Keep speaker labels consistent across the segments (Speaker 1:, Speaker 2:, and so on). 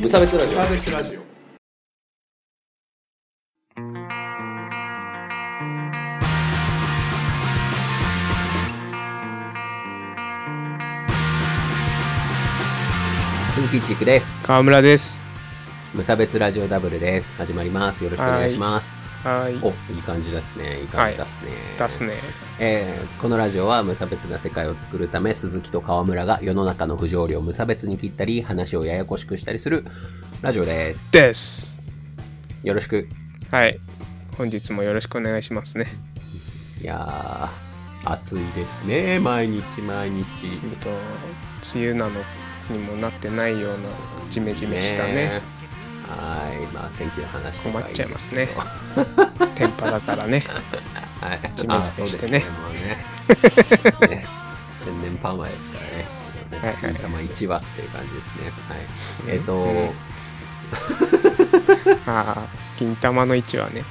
Speaker 1: 無差別ラジオ
Speaker 2: サービスラジオ
Speaker 1: 鈴木一陸です
Speaker 3: 川村です。
Speaker 1: 無差別ラジオダブルです始まりますよろしくお願いします
Speaker 3: はーい。
Speaker 1: おいい感じですねいい感じですね、
Speaker 3: 出すね。
Speaker 1: えーこのラジオは無差別な世界を作るため鈴木と川村が世の中の不条理を無差別に切ったり話をややこしくしたりするラジオです
Speaker 3: です。
Speaker 1: よろしく
Speaker 3: はい。本日もよろしくお願いしますね。
Speaker 1: いやー暑いですね毎日毎日
Speaker 3: えっと、梅雨なのにもなってないようなジメジメしたね。
Speaker 1: ねはーいまあ天気の話とか
Speaker 3: 困っちゃいます
Speaker 1: いで
Speaker 3: ね
Speaker 1: すけ。ど
Speaker 3: 天パだからね。
Speaker 1: はい、
Speaker 3: ジメジメしてね
Speaker 1: あそうですねもうね ね天然パーマですからね。
Speaker 3: はいは
Speaker 1: 金
Speaker 3: い
Speaker 1: 玉1話っていう感じですね。はい。
Speaker 3: うん
Speaker 1: えっ、と、
Speaker 3: うんああ、銀玉の位置はね。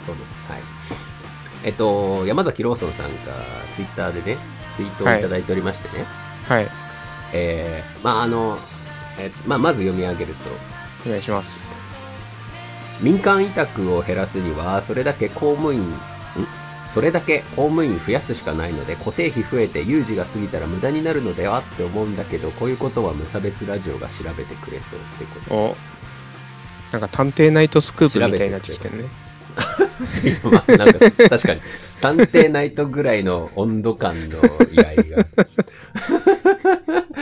Speaker 1: そうです。はい。えっ、と、山崎ローソンさんがツイッターでね、ツイートをいただいておりましてね。
Speaker 3: はい。
Speaker 1: えーまああの、えーまあまず読み上げると、
Speaker 3: お願いします。
Speaker 1: 民間委託を減らすには、それだけ公務員、んそれだけ公務員増やすしかないので、固定費増えて有事が過ぎたら無駄になるのではって思うんだけど、こういうことは無差別ラジオが調べてくれそうってこ
Speaker 3: おなんか探偵ナイトスクープみたいになってきてるね。
Speaker 1: と。いや まあなんか確かに、探偵ナイトぐらいの温度感の依頼が。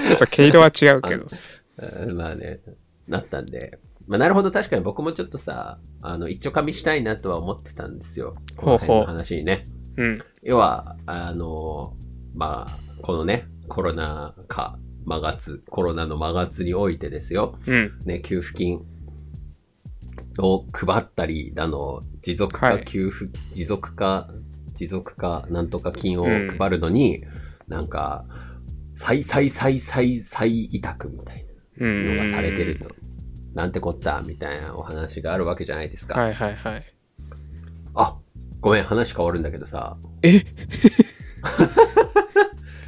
Speaker 3: ちょっと毛色は違うけど。
Speaker 1: うんまあね、なったんで。まあなるほど、確かに僕もちょっとさ、あの、一丁噛みしたいなとは思ってたんですよ。この辺の話にね。
Speaker 3: うん。
Speaker 1: 要は、あの、まあ、このね、コロナ禍、真月、コロナの真月においてですよ、
Speaker 3: うん。
Speaker 1: ね、給付金を配ったり、あの、持続
Speaker 3: は
Speaker 1: 化
Speaker 3: い
Speaker 1: 給付、持続化、持続化なんとか金を
Speaker 3: うん
Speaker 1: 配るのに、なんか、再再再再再委託みたい
Speaker 3: うん
Speaker 1: なのがされてると。なんてこったみたいなお話があるわけじゃないですか。
Speaker 3: はいはいはい。
Speaker 1: あ、ごめん、話変わるんだけどさ、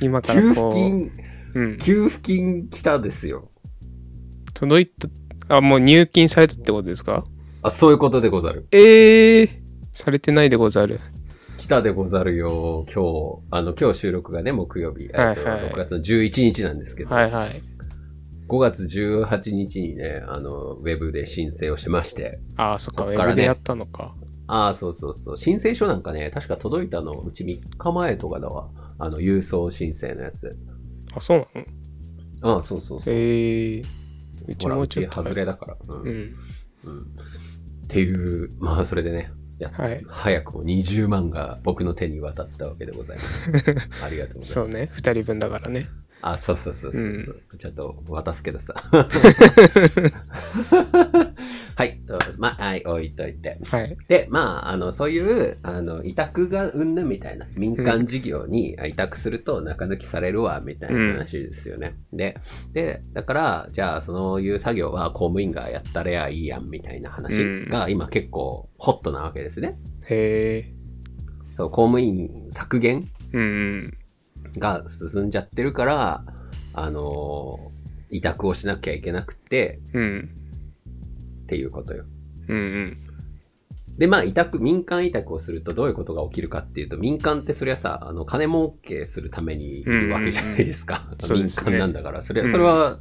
Speaker 3: 今から
Speaker 1: 給付
Speaker 3: こう。
Speaker 1: 金、
Speaker 3: うん。
Speaker 1: 給付金来たですよ。
Speaker 3: 届いた、あ、もう入金されたってことですか
Speaker 1: あ、そういうことでござる。
Speaker 3: ええされてないでござる。
Speaker 1: 来たでござるよ、今日。あの、今日収録がね、木曜日。
Speaker 3: はいはい
Speaker 1: えっと6月の11日なんですけど、
Speaker 3: はいはい。
Speaker 1: 5月18日にね、あの、ウェブで申請をしまして。
Speaker 3: ああ、そっか、
Speaker 1: そっ
Speaker 3: ウ
Speaker 1: からね
Speaker 3: ェブでやったのか。
Speaker 1: ああ、そうそうそう。申請書なんかね、確か届いたの、うち3日前とかだわ。あの、郵送申請のやつ。
Speaker 3: あ、そうなの
Speaker 1: ああ、そうそうそう。
Speaker 3: ええうち
Speaker 1: ほら、
Speaker 3: も
Speaker 1: う
Speaker 3: ち
Speaker 1: ち
Speaker 3: ょっと。
Speaker 1: 外れだから。うん。
Speaker 3: う
Speaker 1: うん
Speaker 3: ん。
Speaker 1: っていう、まあ、それでね、やったんです早くも20万が僕の手に渡ったわけでござい ます。ありがとうございます。
Speaker 3: そうね、二人分だからね。
Speaker 1: あ、そうそうそうそうそう、ちょっと渡すけどさ。はい、とまあ、はい、置いといて。
Speaker 3: はい。
Speaker 1: で、まあ、あの、そういう、あの、委託がうんぬんみたいな、民間事業にあ委託すると中抜きされるわ、みたいな話ですよね。で、で、だから、じゃあ、そういう作業は公務員がやったりゃいいやん、みたいな話が今結構ホットなわけですね。
Speaker 3: へえ
Speaker 1: そう公務員削減
Speaker 3: うん。
Speaker 1: が進んじゃってるから、あのー委託をしなきゃいけなくて、
Speaker 3: うん。
Speaker 1: っていうことよ。
Speaker 3: うんうん。
Speaker 1: で、まあ、委託、民間委託をするとどういうことが起きるかっていうと、民間ってそりゃさ、あの、金儲けするためにいるわけじゃないですか。
Speaker 3: そうですね
Speaker 1: 民間なんだから、それ
Speaker 3: う
Speaker 1: は、
Speaker 3: ん
Speaker 1: それは、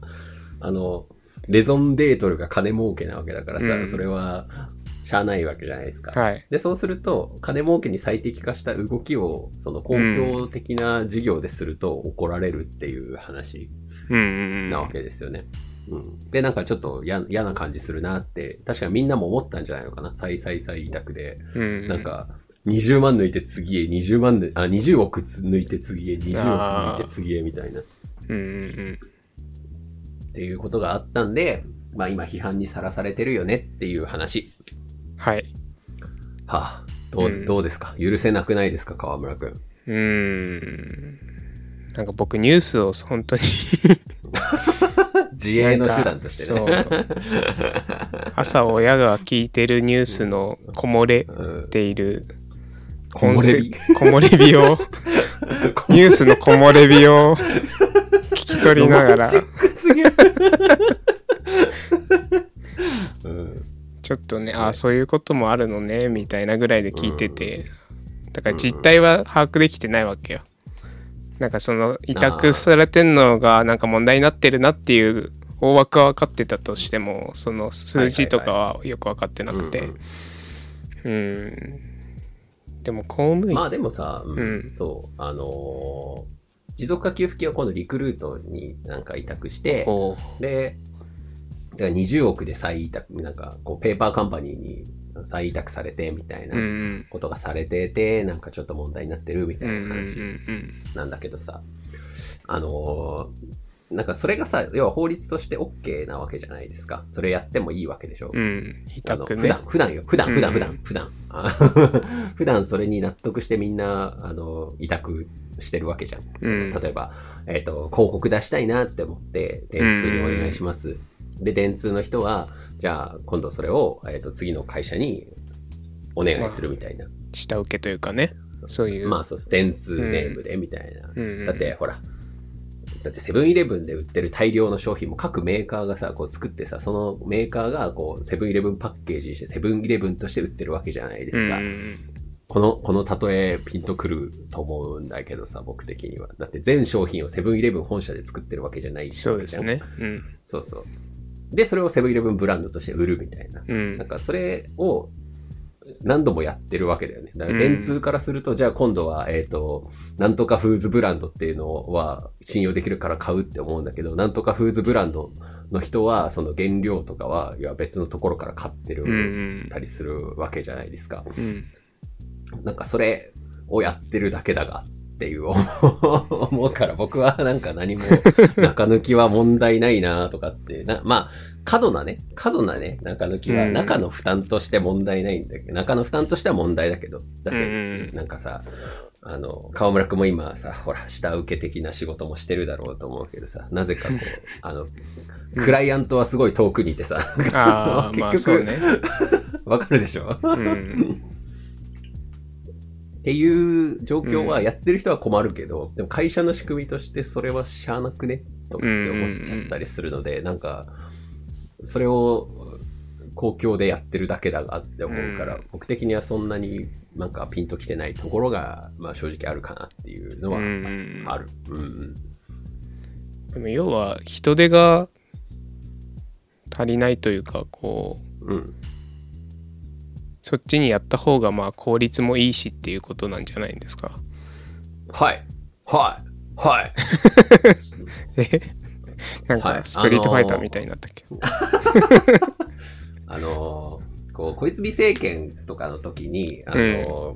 Speaker 1: あの、レゾンデートルが金儲けなわけだからさ、
Speaker 3: うん
Speaker 1: それは、しゃあないわけじゃないですか。
Speaker 3: はい。
Speaker 1: で、そうすると、金儲けに最適化した動きを、その公共的な事業ですると怒られるっていう話。
Speaker 3: うんうんう
Speaker 1: なんわ。けですよね。うん、で、なんかちょっとや嫌な感じするなって、確かにみんなも思ったんじゃないのかな。再再再委託で。
Speaker 3: うん。
Speaker 1: なん、か、20万抜いて次へ、20万抜いあ、20億抜いて次へ、20億抜いて次へみたいな、っ
Speaker 3: うんうんうん。
Speaker 1: ていうことがあったんで、まあ今批判にさらされてるよねっていう話。
Speaker 3: はい。
Speaker 1: はあ、どう、
Speaker 3: うん
Speaker 1: どうですか許せなくないですか河村くん。
Speaker 3: うーん。なんか僕ニュースを本当に
Speaker 1: 自衛の手段としてね。
Speaker 3: なんか そう。朝親が聞いてるニュースのこもれ
Speaker 1: うん
Speaker 3: ている
Speaker 1: こもれ日
Speaker 3: こもれ日を、ニュースのこもれ 日を聞き取りなが
Speaker 1: ロマ
Speaker 3: ら
Speaker 1: ンチ、ックすぎる
Speaker 3: ちょっとね、
Speaker 1: は
Speaker 3: あ
Speaker 1: い
Speaker 3: そういうこともあるのねみたいなぐらいで聞いてて、だから実態は把握できてないわけよ。なんかその委託されてんのがなんか問題になってるなっていう大枠は分かってたとしてもその数字とかはよく分かってなくて、
Speaker 1: うんうん
Speaker 3: うんでも公務員、
Speaker 1: まあでもさ、うん
Speaker 3: うん
Speaker 1: そう、あのー持続化給付金を今度リクルートになんか委託して、
Speaker 3: こ
Speaker 1: で、だから20億で再委託、なんかこうペーパーカンパニーに再委託されてみたいう
Speaker 3: うんう
Speaker 1: なんことがされてて、なんかちょっと問題になってるみた
Speaker 3: う
Speaker 1: い
Speaker 3: んう
Speaker 1: なん話。
Speaker 3: ん
Speaker 1: なんだけどさ、あのーなんかそれがさ、要は法律として OK なわけじゃないですか。それやってもいいわけでしょ。
Speaker 3: うんうん委
Speaker 1: あの
Speaker 3: 託
Speaker 1: 普
Speaker 3: ね
Speaker 1: 段、普段よ。普段、普段、普
Speaker 3: うん
Speaker 1: 段、普段。あ 普段それに納得してみんな、あの、委託してるわけじゃん。そ
Speaker 3: うん
Speaker 1: の例えば、えっ、と、広告出したいなって思って、電通にお願いします。で、電通の人は、じゃあ今度それを、えっ、と、次の会社にお願いするみたいな。
Speaker 3: 下請けというかねそういう、
Speaker 1: まあそうそう、電通ネームでみたいな。
Speaker 3: うんうん
Speaker 1: だってほら、だってセブンイレブンで売ってる大量の商品も各メーカーがさ、こう作ってさ、そのメーカーがこうセブンイレブンパッケージにしてセブンイレブンとして売ってるわけじゃないで
Speaker 3: う
Speaker 1: す
Speaker 3: んう
Speaker 1: か。
Speaker 3: ん
Speaker 1: この、この例えピンとくると思うんだけどさ、僕的には。だって全商品をセブンイレブン本社で作ってるわけじゃないじゃん
Speaker 3: そうです。ねうん
Speaker 1: そうそう。で、それをセブンイレブンブランドとして売るみたいな。
Speaker 3: うん
Speaker 1: なんかそれを何度もやってるわけだよね。だから電通からすると、じゃあ今度は、えっ、と、なんとかフーズブランドっていうのは信用できるから買うって思うんだけど、なんとかフーズブランドの人は、その原料とかは、いや別のところから買って
Speaker 3: うんう
Speaker 1: る、
Speaker 3: ん
Speaker 1: たりするわけじゃないですか。
Speaker 3: うん
Speaker 1: なんかそれをやってるだけだがっていう思うから僕はなんか何も中抜きは問題ないなとかってな まあ過度なね過度なね中抜きは
Speaker 3: うん
Speaker 1: 中の負担として問題ないんだけど、中の負担としては問題だけどだっ
Speaker 3: うん
Speaker 1: て
Speaker 3: うん
Speaker 1: なんかさあの川村君も今さほら下請け的な仕事もしてるだろうと思うけどさなぜかこうあのクライアントはすごい遠くにいてさ
Speaker 3: ああ
Speaker 1: 結局
Speaker 3: まあそうね、
Speaker 1: わかるでしょ
Speaker 3: うん、
Speaker 1: っていう状況はやってる人は困るけど、でも会社の仕組みとしてそれはしゃあなくねとって思っちゃったりするので、なんかそれを公共でやってるだけだがって思うから、
Speaker 3: うん
Speaker 1: 僕的にはそんなになんかピンときてないところが、まあ、正直あるかなっていうのは
Speaker 3: うん
Speaker 1: ある。うん
Speaker 3: でも要は人手が足りないというかこう
Speaker 1: うん、
Speaker 3: そっちにやった方がまあ効率もいいしっていうことなんじゃないんですか
Speaker 1: はいはいはい
Speaker 3: えなん
Speaker 1: はい
Speaker 3: かストリートファイターみたいになったっけ、
Speaker 1: あのーこう小泉政権とかの時に、あのー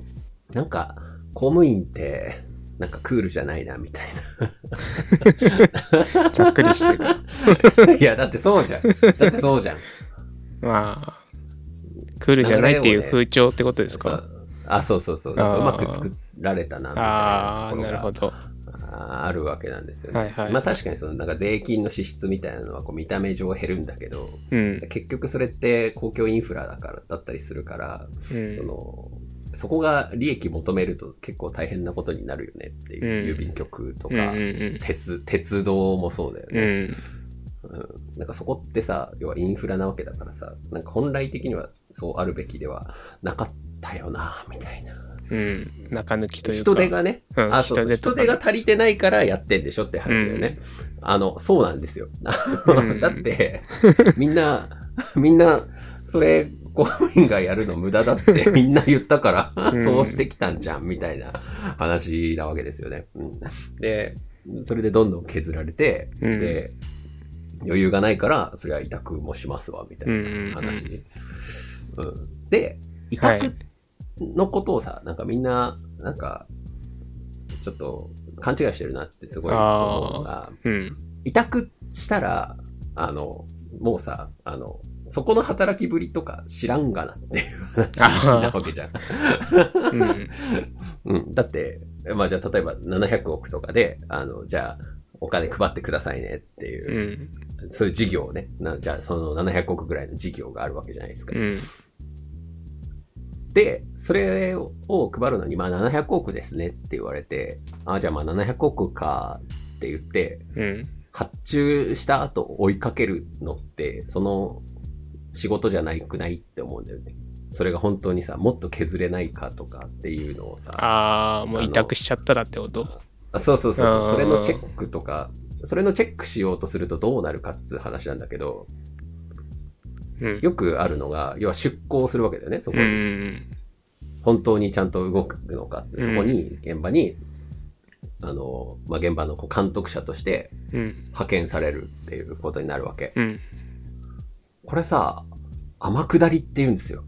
Speaker 1: なんか公務員ってなんかクールじゃないなみたい
Speaker 3: ざっくりしてる
Speaker 1: ないやだってそうじゃんだってそうじゃん
Speaker 3: まあクールじゃないっていう
Speaker 1: 流れをね
Speaker 3: 風潮ってことで
Speaker 1: そ
Speaker 3: すか、
Speaker 1: うあそうそうそうなんかうまく作られたなみたいなと
Speaker 3: ああ
Speaker 1: ころ
Speaker 3: なる
Speaker 1: が
Speaker 3: ほど
Speaker 1: ああるわけなんですよね、
Speaker 3: はいはい
Speaker 1: まあ確かにそのなんか税金の支出みたいなのはこう見た目上減るんだけど
Speaker 3: うん、
Speaker 1: 結局それって公共インフラだからだったりするから
Speaker 3: うん
Speaker 1: そのそこが利益求めると結構大変なことになるよねっていう、
Speaker 3: うん
Speaker 1: 郵便局と
Speaker 3: う
Speaker 1: か、
Speaker 3: んうん
Speaker 1: 鉄鉄道もそうだよ
Speaker 3: うんう
Speaker 1: ね、
Speaker 3: ん
Speaker 1: うんなんかそこってさ要はインフラなわけだからさなんか本来的にはそうあるべきではなかったよなみたいな
Speaker 3: うん中抜きというか
Speaker 1: 人手がね、
Speaker 3: うん
Speaker 1: あそうそう
Speaker 3: 人手と
Speaker 1: 人
Speaker 3: か
Speaker 1: 手が足りてないからやってんでしょって話だよね、あのそうなんですよ
Speaker 3: う ん
Speaker 1: だってみんなみんなそれ公務員がやるの無駄だってみんな言ったから
Speaker 3: うん
Speaker 1: そうしてきたんじゃんみたいな話なわけですよね、うん、でそれでどんどん削られて、
Speaker 3: うん
Speaker 1: で余裕がないからそれは委託もしますわみたいな話、うん、で委託
Speaker 3: はい
Speaker 1: のことをさ、なんかみんな、なんか、ちょっと勘違いしてるなってすごい思うのが、
Speaker 3: うん
Speaker 1: 委託したら、あの、もうさ、あの、そこの働きぶりとか知らんがなっていう話なわけじゃん。
Speaker 3: うん
Speaker 1: うん、だって、まあじゃあ例えば700億とかで、あの、じゃあ、お金配ってくださいねって
Speaker 3: う
Speaker 1: いう、
Speaker 3: ん
Speaker 1: そういう事業をね、なじゃあその700億ぐらいの事業があるわけじゃないですか。
Speaker 3: うん
Speaker 1: で、それを配るのに、まあ700億ですねって言われて、あ、じゃあまあ700億かって言って、
Speaker 3: うん
Speaker 1: 発注した後追いかけるのって、その仕事じゃないくないって思うんだよね。それが本当にさ、もっと削れないかとかっていうのをさ、
Speaker 3: ああ、もう委託しちゃったらってこと
Speaker 1: あそうそうそうそう
Speaker 3: あー
Speaker 1: それのチェックとか、それのチェックしようとするとどうなるかっつう話なんだけど、
Speaker 3: うん。
Speaker 1: よくあるのが、要は出向するわけだよね、そこ
Speaker 3: う
Speaker 1: に。
Speaker 3: ん。
Speaker 1: 本当にちゃんと動くのかって、そこに、現場に、あの、まあ、現場のこう監督者として
Speaker 3: うん。
Speaker 1: 派遣されるっていうことになるわけ。
Speaker 3: うん。
Speaker 1: これさ、天下りって言うんですよ。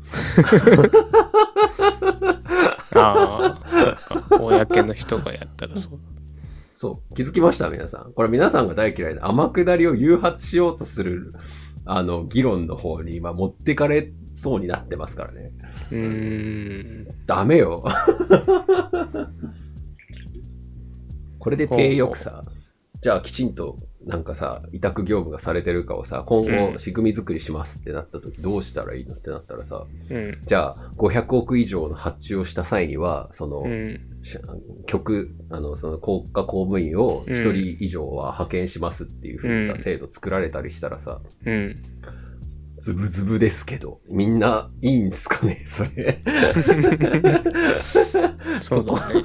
Speaker 3: ああ、そっか。公の人がやったらそう。
Speaker 1: そう。気づきました皆さん。これ皆さんが大嫌いな天下りを誘発しようとする、あの、議論の方に今持ってかれそうになってますからね。
Speaker 3: うーん。
Speaker 1: ダメ よ。これで低よくさ、じゃあきちんとなんかさ、委託業務がされてるかをさ、今
Speaker 3: う
Speaker 1: 後
Speaker 3: ん
Speaker 1: 仕組み作りしますってなった時どうしたらいいのってなったらさ、
Speaker 3: うん。
Speaker 1: じゃあ500億以上の発注をした際には、その、
Speaker 3: うん。
Speaker 1: しあの局、あの、その国家公務員を一人以上は派遣しますっていうふうにさ、
Speaker 3: うん
Speaker 1: 制度作られたりしたらさ、
Speaker 3: うん。
Speaker 1: ズブズブですけど、みんないいんですかね、それ。
Speaker 3: そうだね。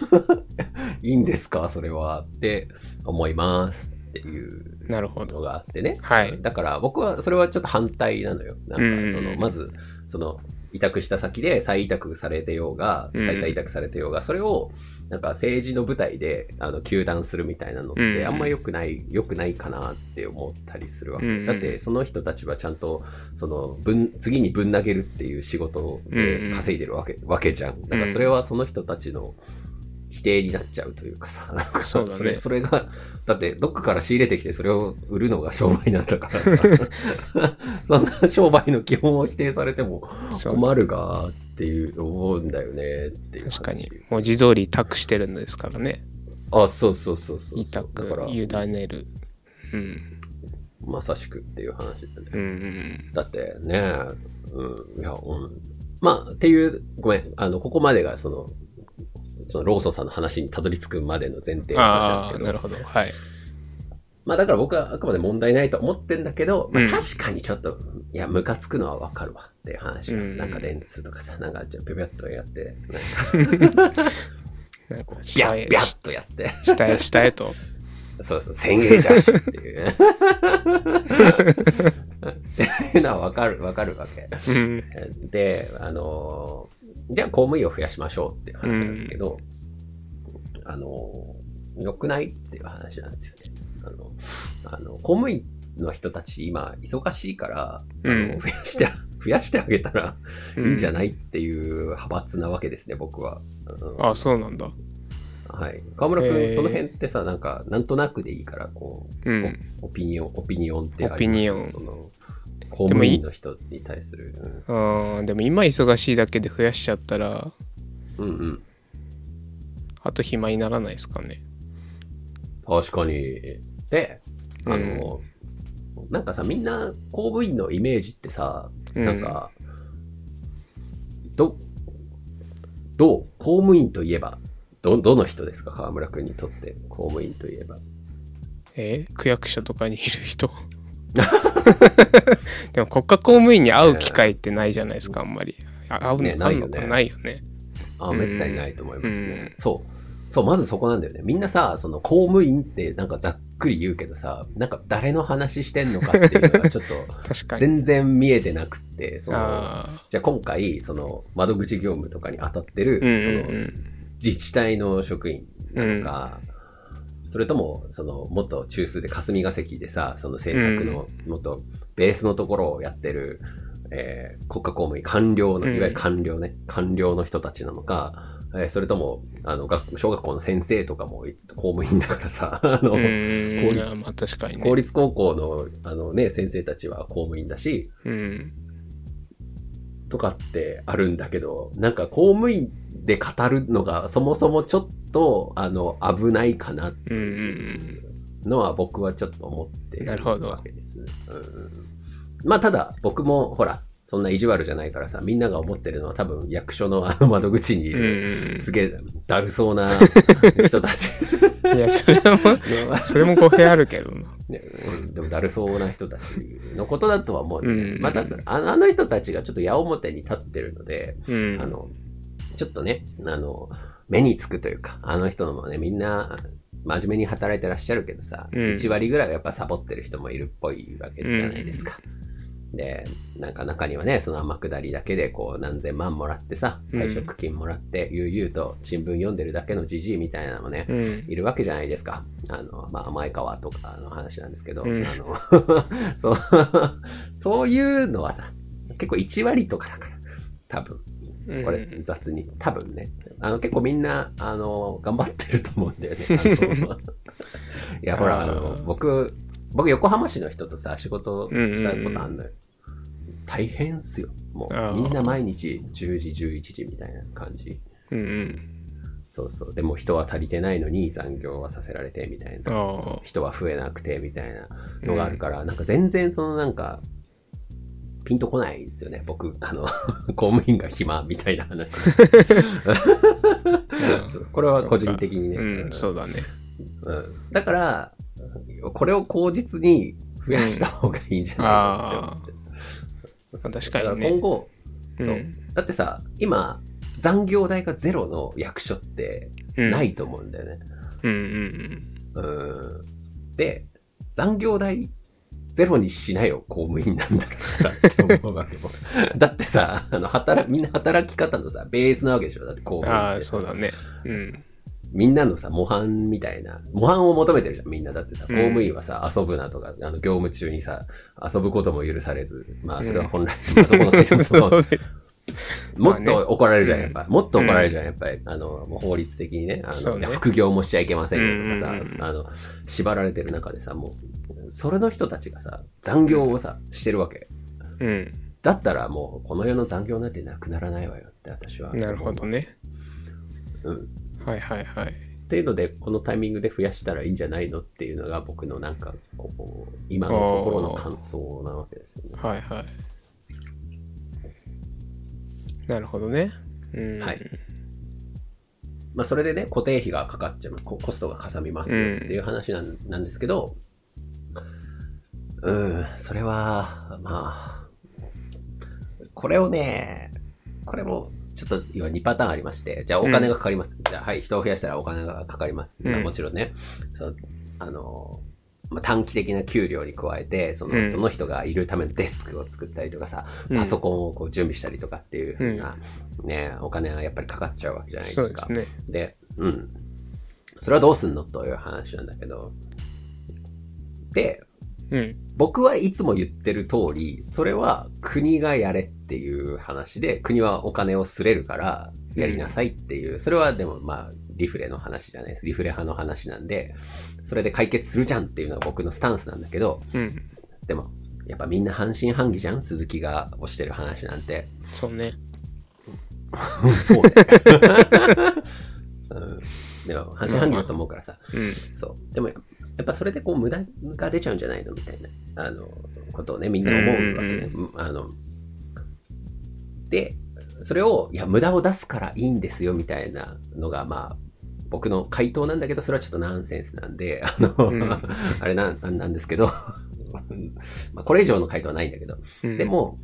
Speaker 1: いいんですか、それはって思いますっていう
Speaker 3: なるほど。
Speaker 1: のがあってね。
Speaker 3: はい。
Speaker 1: だから僕はそれはちょっと反対なのよ。なんかそ
Speaker 3: うん
Speaker 1: のまずその委託した先で再委託されてようが、
Speaker 3: うん
Speaker 1: 再々委託されてようが、それをなんか政治の舞台であの球団するみたいなのっ
Speaker 3: うん
Speaker 1: てあんま良くない、良くないかなって思ったりするわ
Speaker 3: う
Speaker 1: け。
Speaker 3: ん
Speaker 1: だってその人たちはちゃんとその分次にぶん投げるっていう仕事で稼いでるわけわけじゃん。だからそれはその人たちの否定になっちゃうというかさ、なんか
Speaker 3: そうだね
Speaker 1: れそれが、だってどっかから仕入れてきてそれを売るのが商売なんだからさ、 そんな商売の基本を否定されても
Speaker 3: そう。
Speaker 1: 困るがっていう思うんだよねっていう話。
Speaker 3: 確かに。文字通り委託してるんですからね。
Speaker 1: あ、そうそうそうそうそう。
Speaker 3: 委託
Speaker 1: だから、
Speaker 3: 委ねるうん
Speaker 1: まさしくっていう話だね。
Speaker 3: うん
Speaker 1: だってね、うん、いや、うん。まあ、っていう、ごめん、あの、ここまでがその、そのローソンさんの話にたどり着くまでの前提の話
Speaker 3: うん
Speaker 1: なんです
Speaker 3: ああ
Speaker 1: けど
Speaker 3: なる、ほどはい
Speaker 1: まあだから僕はあくまで問題ないと思ってんだけど、ま
Speaker 3: う
Speaker 1: あ
Speaker 3: ん
Speaker 1: 確かにちょっと、いや、ムカつくのはわかるわっていう話が、
Speaker 3: うん
Speaker 1: なんか電通とかさ、なんかちょっとぴょぴょっとやって、なんか
Speaker 3: なんか
Speaker 1: ビャ
Speaker 3: 下
Speaker 1: ッ
Speaker 3: へ
Speaker 1: ビャッとやって、
Speaker 3: 下へ下 へと
Speaker 1: そうそう、千円じゃしって いう。っていうのはわかる、わかるわけ。
Speaker 3: うん
Speaker 1: で、あのーじゃあ公務員を増やしましょうっていう話なんですけど、あのー良くないっていう話なんですよね。あの、あの公務員の人たち今忙しいから、あの
Speaker 3: うん
Speaker 1: 増やして、増やしてあげたらいいんじゃ
Speaker 3: ない
Speaker 1: ないっていう派閥なわけですね、僕は。うん
Speaker 3: あそうなんだ
Speaker 1: はい。河村
Speaker 3: へ
Speaker 1: 君、
Speaker 3: ー
Speaker 1: その辺ってさ、なんか、なんとなくでいいから、こう、
Speaker 3: うん
Speaker 1: オピニオン、オピニオンってあります
Speaker 3: オピニオン
Speaker 1: その、公務員の人に対する。うん
Speaker 3: あーでも今忙しいだけで増やしちゃったら
Speaker 1: うんうん。
Speaker 3: あと暇にならないですかね
Speaker 1: 確かに。で、あの、なんかさ、みんな公務員のイメージってさ、
Speaker 3: うん
Speaker 1: なんか、ど、どう公務員といえば、ど、どの人ですか河村くんにとって、公務員といえば。
Speaker 3: え区役所とかにいる 人でも国家公務員に会う機会ってないじゃないですかあんまりあ会うの
Speaker 1: ねないよね
Speaker 3: 会うのかないよね
Speaker 1: あ、
Speaker 3: うん
Speaker 1: めったにないと思いますね。
Speaker 3: う
Speaker 1: そう。そう、まずそこなんだよね。みんなさ、その公務員ってなんかざっくり言うけどさ、なんか誰の話してんのかっていうのがちょっ
Speaker 3: 確か
Speaker 1: と
Speaker 3: に
Speaker 1: 全然見えてなくって、その、
Speaker 3: あ
Speaker 1: じゃあ今回、その窓口業務とかに当たってる、
Speaker 3: ーうん
Speaker 1: そうの
Speaker 3: ん
Speaker 1: 自治体の職員
Speaker 3: うんうん
Speaker 1: が、それとも、その、元中枢で霞が関でさ、その政策の、元ベースのところをやってる、えー国家公務員、官僚の、
Speaker 3: うん
Speaker 1: いわゆる官僚ね、官僚の人たちなのか、えーそれとも、あの、学小学校の先生とかも公務員だからさ、あの、
Speaker 3: うん
Speaker 1: 公立
Speaker 3: あーまあ確かにね
Speaker 1: 公立高校の、あのね、先生たちは公務員だし、
Speaker 3: うん
Speaker 1: とかってあるんだけど、なんか公務員で語るのがそもそもちょっと、あの、危ないかなって
Speaker 3: うんうん
Speaker 1: いうのは僕はちょっと思って
Speaker 3: なるほど
Speaker 1: わけです。うんまあただ僕もほら、そんな意地悪じゃないからさ、みんなが思ってるのは多分役所のあ の窓口にいる、すげえだるそうな人たち
Speaker 3: いや、それも、
Speaker 1: の
Speaker 3: それも語弊あるけどな。
Speaker 1: ねでもだるそうな人たちのことだとは思うんで、
Speaker 3: うん
Speaker 1: まあ、だからあのあの人たちがちょっと矢面に立ってるので、
Speaker 3: うん
Speaker 1: あのちょっとねあの目につくというかあの人のもねみんな真面目に働いてらっしゃるけどさ、
Speaker 3: うん
Speaker 1: 1割ぐらいはやっぱサボってる人もいるっぽいわけじゃないですか。でなんか中にはねその天下りだけでこう何千万もらってさ
Speaker 3: うん
Speaker 1: 退職金もらって悠々と新聞読んでるだけのじじいみたいなのもね、
Speaker 3: うん
Speaker 1: いるわけじゃないですか。あの、まあ、前川とかの話なんですけど、
Speaker 3: うん
Speaker 1: あの、 そう、 そういうのはさ、結構1割とかだから、多分、これ
Speaker 3: うん
Speaker 1: 雑に、多分ね、あの、結構みんな、あの、頑張ってると思うんだよね。あ のいや、ほら、あ
Speaker 3: あ
Speaker 1: の
Speaker 3: ー、
Speaker 1: 僕、僕、横浜市の人とさ、仕事したことあんのよ。大変っすよ。も
Speaker 3: あ
Speaker 1: う、
Speaker 3: ー
Speaker 1: みんな毎日10時、11時みたいな感じ。
Speaker 3: うんうん
Speaker 1: そうそう。でも人は足りてないのに残業はさせられてみたい
Speaker 3: あ
Speaker 1: な。
Speaker 3: あ
Speaker 1: 人は増えなくてみたいなのがあるから、なんか全然そのなんか、ピンとこないんですよね。僕、あの、 公務員が暇みたいな話。そうこれは個人的にね。
Speaker 3: うんそうだね
Speaker 1: うんだから、これを口実に増やした方がいいんじゃないかって思っ
Speaker 3: あ
Speaker 1: て。
Speaker 3: 確かに
Speaker 1: だら今
Speaker 3: ね
Speaker 1: 後、そう
Speaker 3: うん
Speaker 1: だってさ、今、残業代がゼロの役所って
Speaker 3: うん
Speaker 1: ないと思うんだよね。
Speaker 3: うんうん
Speaker 1: うんで、残業代ゼロにしなよ、公務員なんだからって思うわけよ。だってさ、あの働みんな働き方のさ、ベースなわけでしょ、だって公
Speaker 3: うん
Speaker 1: 務員
Speaker 3: あ
Speaker 1: っ
Speaker 3: あ
Speaker 1: て
Speaker 3: そうだねうん
Speaker 1: みんなのさ、模範みたいな、模範を求めてるじゃん、みんな。だってさ、
Speaker 3: う
Speaker 1: 公
Speaker 3: ん
Speaker 1: 務員はさ、遊ぶなとか、あの業務中にさ、遊ぶことも許されず、まあ、それは本来、まあどこの会社もそう
Speaker 3: そうだね
Speaker 1: もっと怒られるじゃん、
Speaker 3: まあ
Speaker 1: やっ
Speaker 3: ね
Speaker 1: ぱり。もっと怒られるじゃん、やっぱり。あの、もう法律的にね、あ
Speaker 3: そ
Speaker 1: の、
Speaker 3: うね
Speaker 1: 副業もしちゃいけませんよとか
Speaker 3: うん
Speaker 1: さ
Speaker 3: うんう、ん
Speaker 1: あの、縛られてる中でさ、もう、それの人たちがさ、残業をさ、してるわけ。
Speaker 3: うん
Speaker 1: だったらもう、この世の残業なんてなくならないわよって、私は。
Speaker 3: なるほどね
Speaker 1: うん。
Speaker 3: はいはいはい
Speaker 1: っていうので、このタイミングで増やしたらいいんじゃないのっていうのが、僕のなんか、こう、今のところの感想なわけですよね。
Speaker 3: はいはいなるほどねうん
Speaker 1: はいまあ、それでね、固定費がかかっちゃう、ココストがかさみますよっていう話なんなんですけど、うん、それは、まあ、これをね、これも、ちょっと今2パターンありまして、じゃあお金がかかります。じゃあ、はい、人を増やしたらお金がかかります。まあ
Speaker 3: うん
Speaker 1: もちろんね、そのあの、まあ、短期的な給料に加えて、その,、
Speaker 3: うん
Speaker 1: その人がいるためのデスクを作ったりとかさ、
Speaker 3: うん
Speaker 1: パソコンをこう準備したりとかっていうふうな、ね、お金はやっぱりかかっちゃうわけじゃないです
Speaker 3: そ
Speaker 1: か。
Speaker 3: うですね
Speaker 1: で、うん。それはどうすんのという話なんだけど。で、
Speaker 3: うん
Speaker 1: 僕はいつも言ってる通り、それは国がやれっていう話で、国はお金をすれるから、やりなさいっていう、それはでもまあ、リフレの話じゃないです。リフレ派の話なんで、それで解決するじゃんっていうのが僕のスタンスなんだけど、
Speaker 3: うん
Speaker 1: でも、やっぱみんな半信半疑じゃん鈴木が推してる話なんて。
Speaker 3: そうね
Speaker 1: そうね。うん。でも、半信半疑だと思うからさ、
Speaker 3: うん
Speaker 1: そう。でも、やっぱそれでこう無駄が出ちゃうんじゃないのみたいな、あの、ことをね、みんな思うわけね。うんあの、で、それを、いや、無駄を出すからいいんですよ、みたいなのが、まあ、僕の回答なんだけど、それはちょっとナンセンスなんで、 あの、
Speaker 3: うん
Speaker 1: あれなんなんですけど、 まあこれ以上の回答はないんだけど、
Speaker 3: うん
Speaker 1: でも、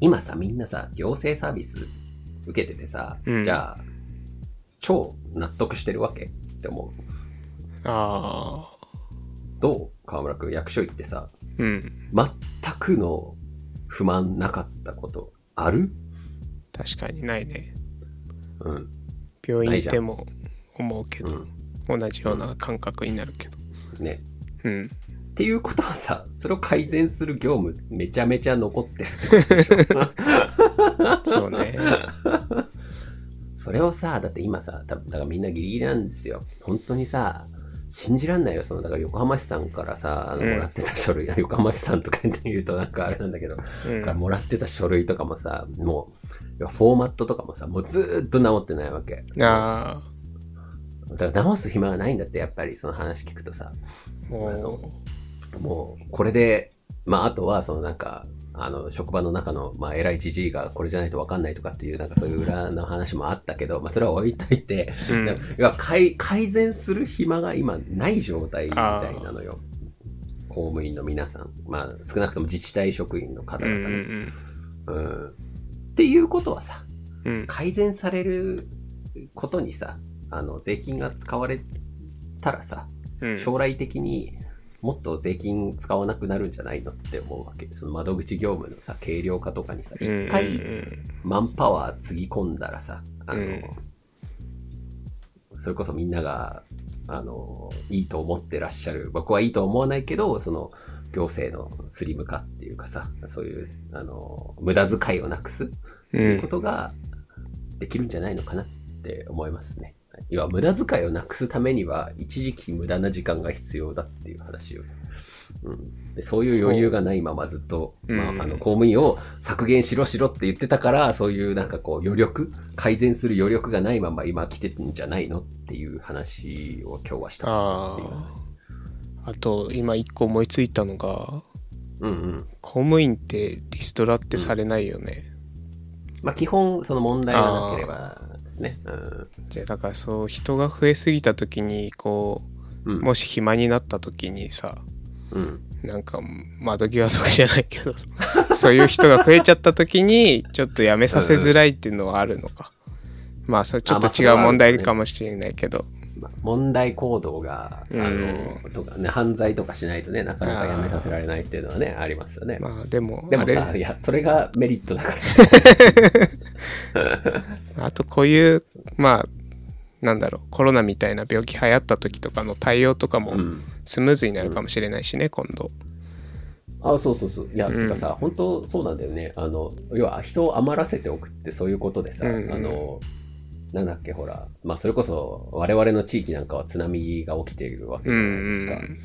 Speaker 1: 今さ、みんなさ、行政サービス受けててさ、
Speaker 3: うん
Speaker 1: じゃあ、超納得してるわけって思う。
Speaker 3: ああ
Speaker 1: どう河村くん、役所行ってさ、
Speaker 3: うん
Speaker 1: 全くの不満なかったことある
Speaker 3: 確かにないね
Speaker 1: うん。
Speaker 3: 病
Speaker 1: な
Speaker 3: 院
Speaker 1: い
Speaker 3: 行
Speaker 1: じ
Speaker 3: っ
Speaker 1: ゃん
Speaker 3: ても思うけど、同じような感覚になるけど
Speaker 1: ね。
Speaker 3: うん
Speaker 1: っていうことはさ、それを改善する業務めちゃめちゃ残ってる。
Speaker 3: そ うね
Speaker 1: それをさ、だって今さ、だだからみんなギリギリなんですよ。本当にさ、信じらんないよ。その、だから横浜市さんからさ、あの
Speaker 3: うん
Speaker 1: もらってた書類、横浜市さんとか言って言うとなんかあれなんだけど、
Speaker 3: うん
Speaker 1: からもらってた書類とかもさ、もう、フォーマットとかもさ、もうずーっと直ってないわけ。
Speaker 3: ああ
Speaker 1: だから直す暇がないんだって、やっぱりその話聞くとさ、
Speaker 3: も
Speaker 1: もうこれで、まああとはそのなんか、あの職場の中の、まあ、偉いじじいがこれじゃないと分かんないとかっていうなんかそういう裏の話もあったけど、まあ、それは置いといて、
Speaker 3: う、う
Speaker 1: い
Speaker 3: ん、
Speaker 1: や改改善する暇が今ない状態みたいなのよ。公務員の皆さん、まあ、少なくとも自治体職員の方
Speaker 3: うん
Speaker 1: 々
Speaker 3: う
Speaker 1: ね、
Speaker 3: ん
Speaker 1: うんっていうことはさ、
Speaker 3: うんうん
Speaker 1: 改善されることにさ、あの、税金が使われたらさ、
Speaker 3: うん
Speaker 1: 将来的にもっと税金使わなくなるんじゃないのって思うわけ。その窓口業務のさ、軽量化とかにさ、
Speaker 3: うん
Speaker 1: 一回
Speaker 3: うん
Speaker 1: マンパワーつぎ込んだらさ、あの、
Speaker 3: うん
Speaker 1: それこそみんなが、あの、いいと思ってらっしゃる。僕はいいと思わないけど、その、行政のスリム化っていうかさ、そういう、あの、無駄遣いをなくす
Speaker 3: うん
Speaker 1: ことができるんじゃないのかなって思いますね。要は無駄遣いをなくすためには一時期無駄な時間が必要だっていう話を、うん、でそういう余裕がないままずっと、
Speaker 3: そう
Speaker 1: まあ、あ
Speaker 3: うん
Speaker 1: の公務員を削減しろしろって言ってたからそういうなんかこう余力改善する余力がないまま今来てるんじゃないのっていう話を今日はしたかなっていう話
Speaker 3: あと今一個思いついたのが
Speaker 1: うんうん
Speaker 3: 公務員ってリストラってされないよね、
Speaker 1: まあ、基本その問題がなければですね。うん
Speaker 3: じゃあだからそう人が増えすぎた時にこ
Speaker 1: う
Speaker 3: うんもし暇になった時にさ
Speaker 1: うん
Speaker 3: なんか窓際族じゃない けどそういう人が増えちゃった時にちょっとやめさせづらいっていうのはあるのか、まあそれちょっ
Speaker 1: あまあ
Speaker 3: と
Speaker 1: そ
Speaker 3: 違
Speaker 1: れは
Speaker 3: う
Speaker 1: あるよね
Speaker 3: 問題かもしれないけど、
Speaker 1: まあ問題行動が、あ
Speaker 3: うん
Speaker 1: の、とかね、犯罪とかしないとね、なかなかやめさせられないっていうのはね、ありますよね。
Speaker 3: まあでも
Speaker 1: でも
Speaker 3: あ
Speaker 1: さ、
Speaker 3: れ
Speaker 1: いや、それがメリットだから。
Speaker 3: あとこういうまあなんだろうコロナみたいな病気流行った時とかの対応とかも
Speaker 1: うん
Speaker 3: スムーズになるかもしれないしね、今度
Speaker 1: あ、そうそうそう。いや、
Speaker 3: うん
Speaker 1: てかさ、本当そうなんだよね。あの、要は人を余らせておくってそういうことでさ、
Speaker 3: うんうん
Speaker 1: あの、なんだっけ、ほら、まあ、それこそ我々の地域なんかは津波が起きているわけ
Speaker 3: う
Speaker 1: じゃ
Speaker 3: ん
Speaker 1: ないですか。
Speaker 3: うん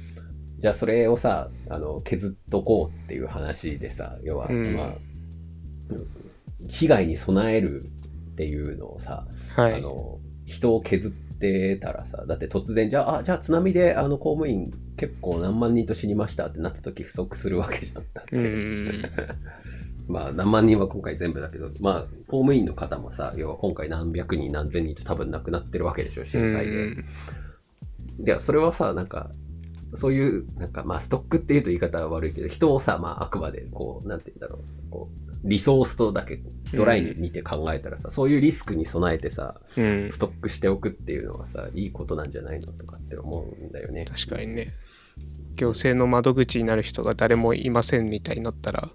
Speaker 1: じゃあそれをさあの削っとこうっていう話でさ要は、
Speaker 3: うん
Speaker 1: まあ被害に備えるっていうのをさ、
Speaker 3: は
Speaker 1: あ
Speaker 3: い
Speaker 1: の人を削ってたらさだって突然じゃああじゃあ津波であの公務員結構何万人と死にましたってなった時不足するわけじゃんだって、
Speaker 3: うん
Speaker 1: まあ何万人は今回全部だけどまあ公務員の方もさ要は今回何百人何千人と多分亡くなってるわけでしょ震災で。いや、それはさ、なんか、そういう、なんか、まあ、ストックっていうと言い方は悪いけど、人をさ、まあ、あくまで、こう、なんて言うんだろう、こう、リソースとだけ、ドライに見て考えたらさ、そういうリスクに備えてさ、
Speaker 3: うんうん
Speaker 1: ストックしておくっていうのはさ、いいことなんじゃないのとかって思うんだよね。
Speaker 3: 確かにね行政の窓口になる人が誰もいませんみたいになったら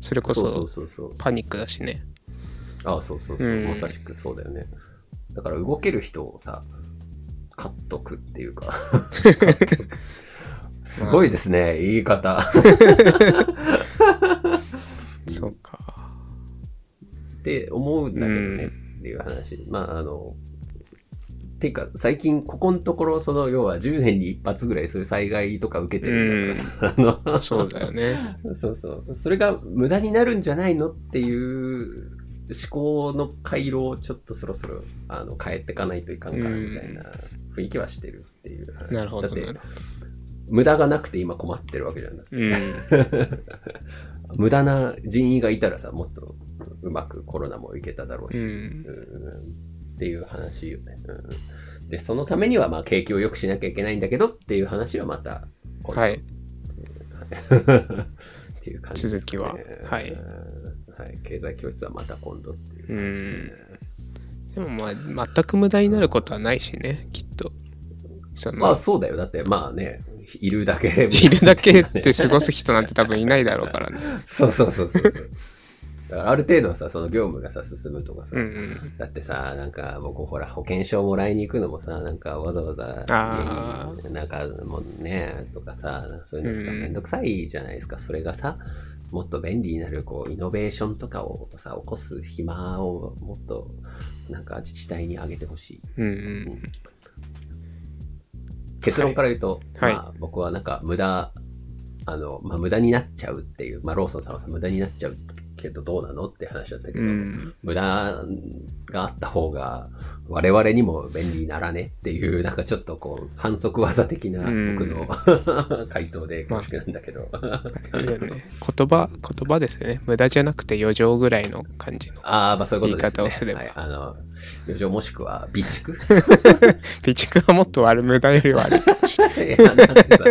Speaker 3: それこ
Speaker 1: そうそ
Speaker 3: そう
Speaker 1: そうそう。
Speaker 3: パニックだしね
Speaker 1: ああ、そうそうそう、
Speaker 3: うん
Speaker 1: まさしくそうだよね。だから、動ける人をさ、買っとくっていう か。すごいですね、言い方。
Speaker 3: そうか
Speaker 1: って思うんだけどね、
Speaker 3: う
Speaker 1: っていう話。まあ、あの、ていうか、最近、ここのところ、その、要は10年に一発ぐらいそういう災害とか受けてるじゃないですか。あの
Speaker 3: そうだよね
Speaker 1: そうそう。それが無駄になるんじゃないのっていう思考の回路をちょっとそろそろ、あの、変えていかないといかんかな、みたいな雰囲気はしてるっていう話。
Speaker 3: なるほど
Speaker 1: だって
Speaker 3: なるほど
Speaker 1: 無駄がなくて今困ってるわけじゃない。
Speaker 3: うん
Speaker 1: 無駄な人員がいたらさ、もっとうまくコロナもいけただろうし
Speaker 3: う、ん
Speaker 1: うんっていう話よね。うん、で、そのためには、まあ、景気を良くしなきゃいけないんだけどっていう話はまた、今度
Speaker 3: は。い
Speaker 1: っていう感じですかね
Speaker 3: 続きははい
Speaker 1: うんはい。経済教室はまた今度っていうう。
Speaker 3: んでもまあ全く無駄になることはないしねきっとそ
Speaker 1: まあ、
Speaker 3: の
Speaker 1: そうだよ。だって、まあね、いるだけ。
Speaker 3: いるだけで過ごす人なんて多分いないだろうからね
Speaker 1: そうそうそうそうそう。だからある程度はさ、その業務がさ、進むとかさ、
Speaker 3: うんうん
Speaker 1: だってさ、なんか僕ほら保険証もらいに行くのもさ、なんかわざわざ
Speaker 3: あ、
Speaker 1: なんかもうね、とかさ、そういうのがめんどくさいじゃないですか。それがさ、もっと便利になるこうイノベーションとかをさ、起こす暇をもっとなんか自治体にあげてほしい。
Speaker 3: うんうん
Speaker 1: 結論から言うと、
Speaker 3: はい
Speaker 1: まあ、僕はなんか無駄、あの、まあ、無駄になっちゃうっていう、まあ、ローソンさんは無駄になっちゃうけどどうなのって話だったけど、
Speaker 3: うん
Speaker 1: 無駄があった方が我々にも便利にならねっていう なんかちょっとこう反則技的な
Speaker 3: うん
Speaker 1: 僕の 回答で恐縮なんだけど、
Speaker 3: あれだよね言葉言葉ですよね無駄じゃなくて余剰ぐらいの感じの
Speaker 1: ああまあそういうことですね
Speaker 3: 言い方をすれば
Speaker 1: はい、あの余剰もしくは備蓄
Speaker 3: 備蓄はもっと悪い無駄より悪い
Speaker 1: いやなんかさ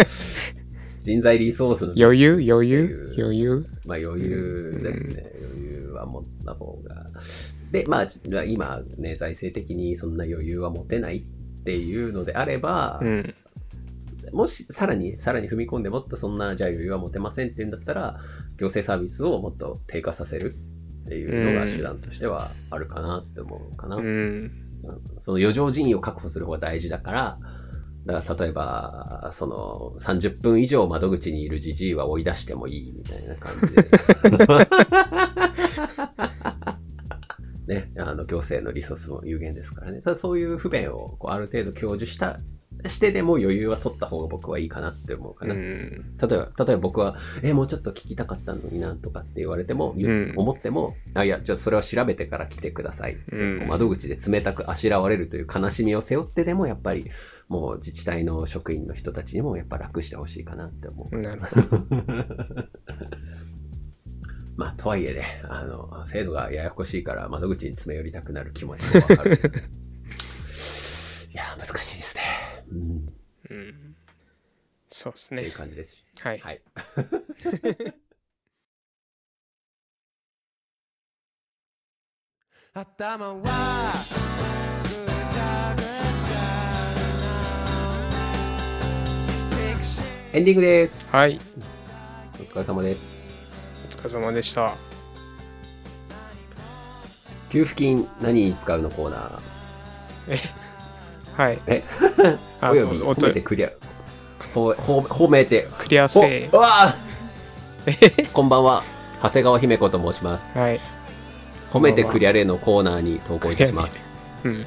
Speaker 1: 人材リソースの
Speaker 3: 余裕余裕余裕
Speaker 1: まあ余裕ですね。余裕は持った方が。で、まあ、じゃあ今ね、財政的にそんな余裕は持てないっていうのであれば、
Speaker 3: うん
Speaker 1: もしさらに、さらに踏み込んでもっとそんな、じゃあ余裕は持てませんっていうんだったら、行政サービスをもっと低下させるっていうのが手段としてはあるかなって思うかな。
Speaker 3: うん
Speaker 1: その余剰人員を確保する方が大事だから、だから例えば、その30分以上窓口にいるじじいは追い出してもいいみたいな感じで。ね、あの行政のリソースも有限ですからね。そそういう不便をこうある程度享受した、してでも余裕は取った方が僕はいいかなって思うか
Speaker 3: う
Speaker 1: な。
Speaker 3: ん
Speaker 1: 例えば、例えば僕は、え、もうちょっと聞きたかったのになとかって言われても、言う
Speaker 3: うん
Speaker 1: 思っても、あ、いや、じゃあそれは調べてから来てください。
Speaker 3: うん
Speaker 1: 窓口で冷たくあしらわれるという悲しみを背負ってでも、やっぱり、もう自治体の職員の人たちにも、やっぱ楽してほしいかなって思う。
Speaker 3: なるほど
Speaker 1: まあ、とはいえね、あの、制度がややこしいから、窓口に詰め寄りたくなる気持ちも わかる。いや、難しいですね。うん、っ
Speaker 3: うんそうです
Speaker 1: てい
Speaker 3: ね
Speaker 1: う感じです。
Speaker 3: はい
Speaker 1: はい。
Speaker 2: 頭はぐちゃぐちゃになる Picture
Speaker 1: エンディングです。
Speaker 3: はい
Speaker 1: お疲れ様です。
Speaker 3: お疲れ様でした
Speaker 1: 給付金何に使うのコーナー。
Speaker 3: はい
Speaker 1: え
Speaker 3: あ
Speaker 1: および
Speaker 3: お
Speaker 1: 褒
Speaker 3: と
Speaker 1: めてクリア。ほほ褒めて。
Speaker 3: クリア
Speaker 1: お
Speaker 3: せ
Speaker 1: うわあ こんばんは。長谷川姫子と申します。
Speaker 3: いはい
Speaker 1: 褒めてクリアレのコーナーに投稿いたし ます。
Speaker 3: うん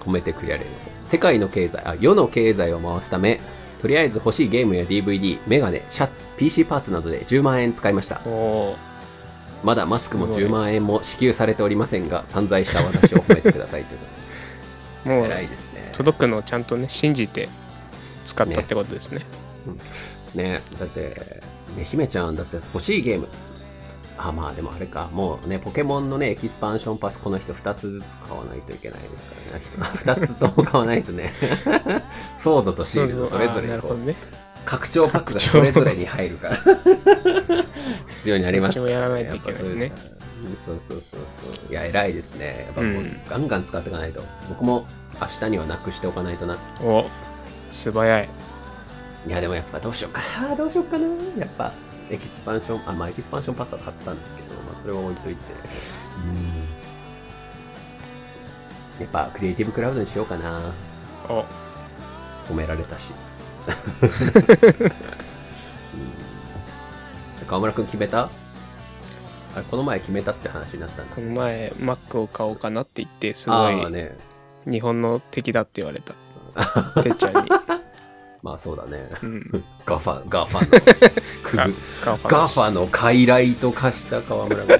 Speaker 1: 褒めてクリアレの世界の経済、あ、世の経済を回すため、とりあえず欲しいゲームや DVD、メガネ、シャツ、PC パーツなどで10万円使いました。
Speaker 3: おお
Speaker 1: まだマスクも
Speaker 3: すごい
Speaker 1: 10万円も支給されておりませんが、散財した私を褒めてくださいというこ
Speaker 3: ーも
Speaker 1: と
Speaker 3: う
Speaker 1: で。偉いですね。
Speaker 3: 届くのをちゃんとね信じて使ったってことですね
Speaker 1: ねだって、ね、姫ちゃんだって欲しいゲームあまあでもあれかもうねポケモンのねエキスパンションパスこの人2つずつ買わないといけないですからね 2つとも買わないとね ソードとシールドそれぞ
Speaker 3: あーな
Speaker 1: れ
Speaker 3: る
Speaker 1: こ
Speaker 3: ほど
Speaker 1: う
Speaker 3: ね
Speaker 1: 拡張パックが
Speaker 3: 拡張
Speaker 1: それぞれに入るから 必要になります
Speaker 3: 拡張やらないといけないね
Speaker 1: やっぱそういうそうそうそうそういや偉いですねやっぱこう、
Speaker 3: うん
Speaker 1: ガンガン使っていかないと僕も明日にはなくしておかないとな
Speaker 3: お素早い
Speaker 1: いやでもやっぱどうしようかあーどうしようかなやっぱエキスパンションあまあエキスパンションパスは買ったんですけど、まあ、それは置いといてうんやっぱクリエイティブクラウドにしようかな
Speaker 3: お
Speaker 1: 褒められたしうん川村君決めたあれこの前決めたって話になったんだ
Speaker 3: この前 Mac を買おうかなって言ってすご
Speaker 1: ああ
Speaker 3: い
Speaker 1: ね
Speaker 3: 日本の敵だって言 われたてっちゃんに、
Speaker 1: まあそうだね
Speaker 3: うん、
Speaker 1: ガファガファの
Speaker 3: ガ
Speaker 1: 首
Speaker 3: ガファ
Speaker 1: ガファの傀儡と化した川村君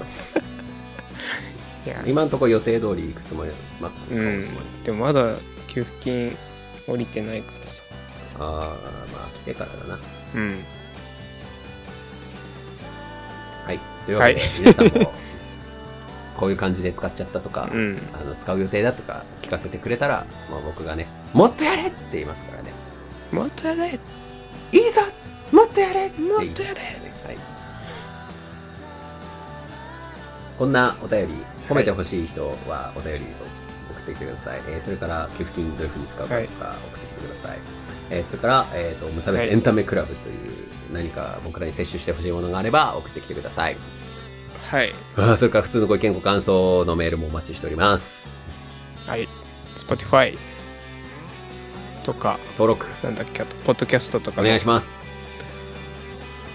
Speaker 3: いや
Speaker 1: 今のところ予定通り行くつもりなの、まあ、
Speaker 3: う
Speaker 1: 買うつ
Speaker 3: ん
Speaker 1: もり
Speaker 3: でもまだ給付金降りてないからさ
Speaker 1: ああまあ来てからだな
Speaker 3: うん
Speaker 1: はいというわけで、
Speaker 3: はい
Speaker 1: 皆さんもこういう感じで使っちゃったとか、
Speaker 3: うん
Speaker 1: あの使う予定だとか聞かせてくれたら、まあ、僕がね「もっとやれ!」って言いますからね
Speaker 3: またやれ
Speaker 1: 「いいぞもっとやれ!」って言い
Speaker 3: も
Speaker 1: ま
Speaker 3: っ
Speaker 1: す
Speaker 3: とや
Speaker 1: ね
Speaker 3: れ
Speaker 1: はい、こんなお便り褒めてほしい人はお便りを送ってきてください、えーそれから給付金どういうふうに使うかとか送ってきてください、えーそれから、えー、と無差別
Speaker 3: はい
Speaker 1: エンタメクラブという何か僕らに摂取してほしいものがあれば送ってきてください
Speaker 3: はい
Speaker 1: あーそれから普通のご意見ご感想のメールもお待ちしております
Speaker 3: はい Spotify とか
Speaker 1: 登録
Speaker 3: なんだっけあとポッドキャストと
Speaker 1: お
Speaker 3: か
Speaker 1: 願い
Speaker 3: ね
Speaker 1: します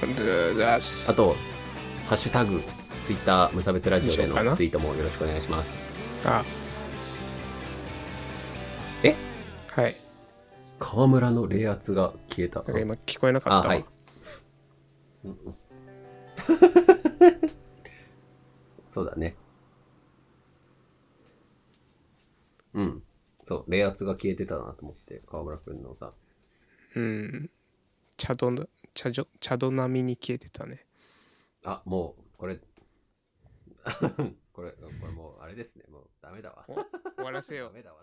Speaker 3: ブーザース
Speaker 1: あと「ハッシュタグツイッター無差別ラジオ」で
Speaker 3: 以上かな
Speaker 1: のツイートもよろしくお願いします
Speaker 3: あ
Speaker 1: え
Speaker 3: はい
Speaker 1: 河村の冷圧が消えた
Speaker 3: なんか今聞こえなか
Speaker 1: あ
Speaker 3: った
Speaker 1: は
Speaker 3: わ
Speaker 1: い。そうだね。うん。そう、冷圧が消えてたなと思って、川村くんのさ。
Speaker 3: うん茶どな茶ど茶どなみに消えてたね
Speaker 1: あ、もう、これ、 これ、これもう、あれですね。もう、ダメだわ。
Speaker 3: 終わらせよう
Speaker 1: ダメだわ。